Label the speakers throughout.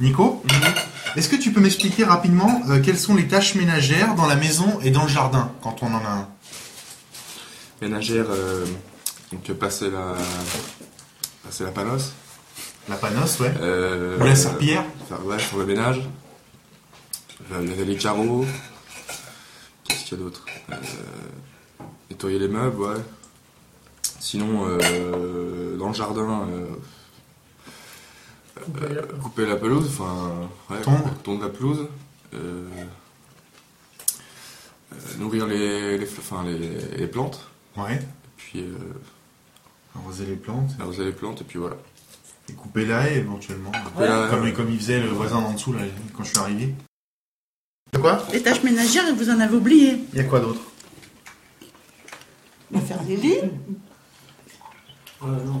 Speaker 1: Nico, est-ce que tu peux m'expliquer rapidement euh, quelles sont les tâches ménagères dans la maison et dans le jardin quand on en a un
Speaker 2: Ménagère, euh, donc passer la, passer la panosse.
Speaker 1: La panosse, ouais.
Speaker 2: Euh,
Speaker 1: Ou la serpillière
Speaker 2: Faire, ouais, faire le ménage. Euh, Laver les carreaux. Qu'est-ce qu'il y a d'autre Euh, Nettoyer les meubles, ouais. Sinon, euh, dans le jardin, euh, couper la pelouse, enfin, ouais,
Speaker 1: Tondre.
Speaker 2: tondre la pelouse. Euh, euh, nourrir les, les, fl- enfin, les, les plantes.
Speaker 1: Ouais.
Speaker 2: Puis euh,
Speaker 1: Arroser les plantes
Speaker 2: arroser les plantes, et puis voilà.
Speaker 1: et couper la haie éventuellement.
Speaker 2: Couper la-
Speaker 1: Comme, comme il faisait le voisin d'en dessous là, quand je suis arrivé. De quoi
Speaker 3: Les tâches ménagères, vous en avez oublié.
Speaker 1: Il y a quoi d'autre
Speaker 4: De Bah, faire les lits,
Speaker 5: Euh, non.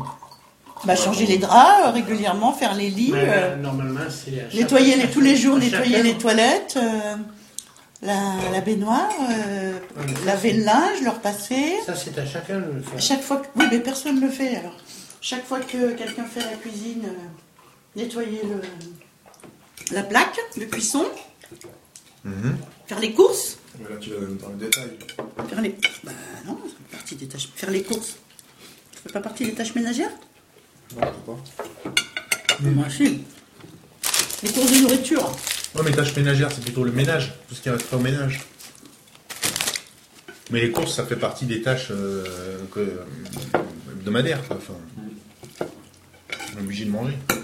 Speaker 4: bah, changer les draps euh, régulièrement, faire les lits,
Speaker 5: Mais,
Speaker 4: euh,
Speaker 5: euh, normalement, c'est à chaque-
Speaker 4: nettoyer les, tous les jours,
Speaker 5: à chaque
Speaker 4: nettoyer
Speaker 5: heure.
Speaker 4: les toilettes, euh, la, la baignoire, euh, laver le linge, le repasser.
Speaker 5: Ça, c'est à chacun de le faire.
Speaker 4: Chaque fois que... Oui, mais personne ne le fait alors. Chaque fois que quelqu'un fait la cuisine, euh, nettoyer le... la plaque, le cuisson, faire les courses.
Speaker 2: Mais là, tu vas dans le détail.
Speaker 4: Faire les... Bah non, ça fait partie des tâches... Faire les courses. Ça fait pas partie des tâches ménagères Moi, si. Les courses de nourriture.
Speaker 1: Ouais, mais tâches ménagères, c'est plutôt le ménage, tout ce qui reste au ménage. Mais les courses, ça fait partie des tâches euh, que- hebdomadaires, quoi. Enfin, on est obligé de manger.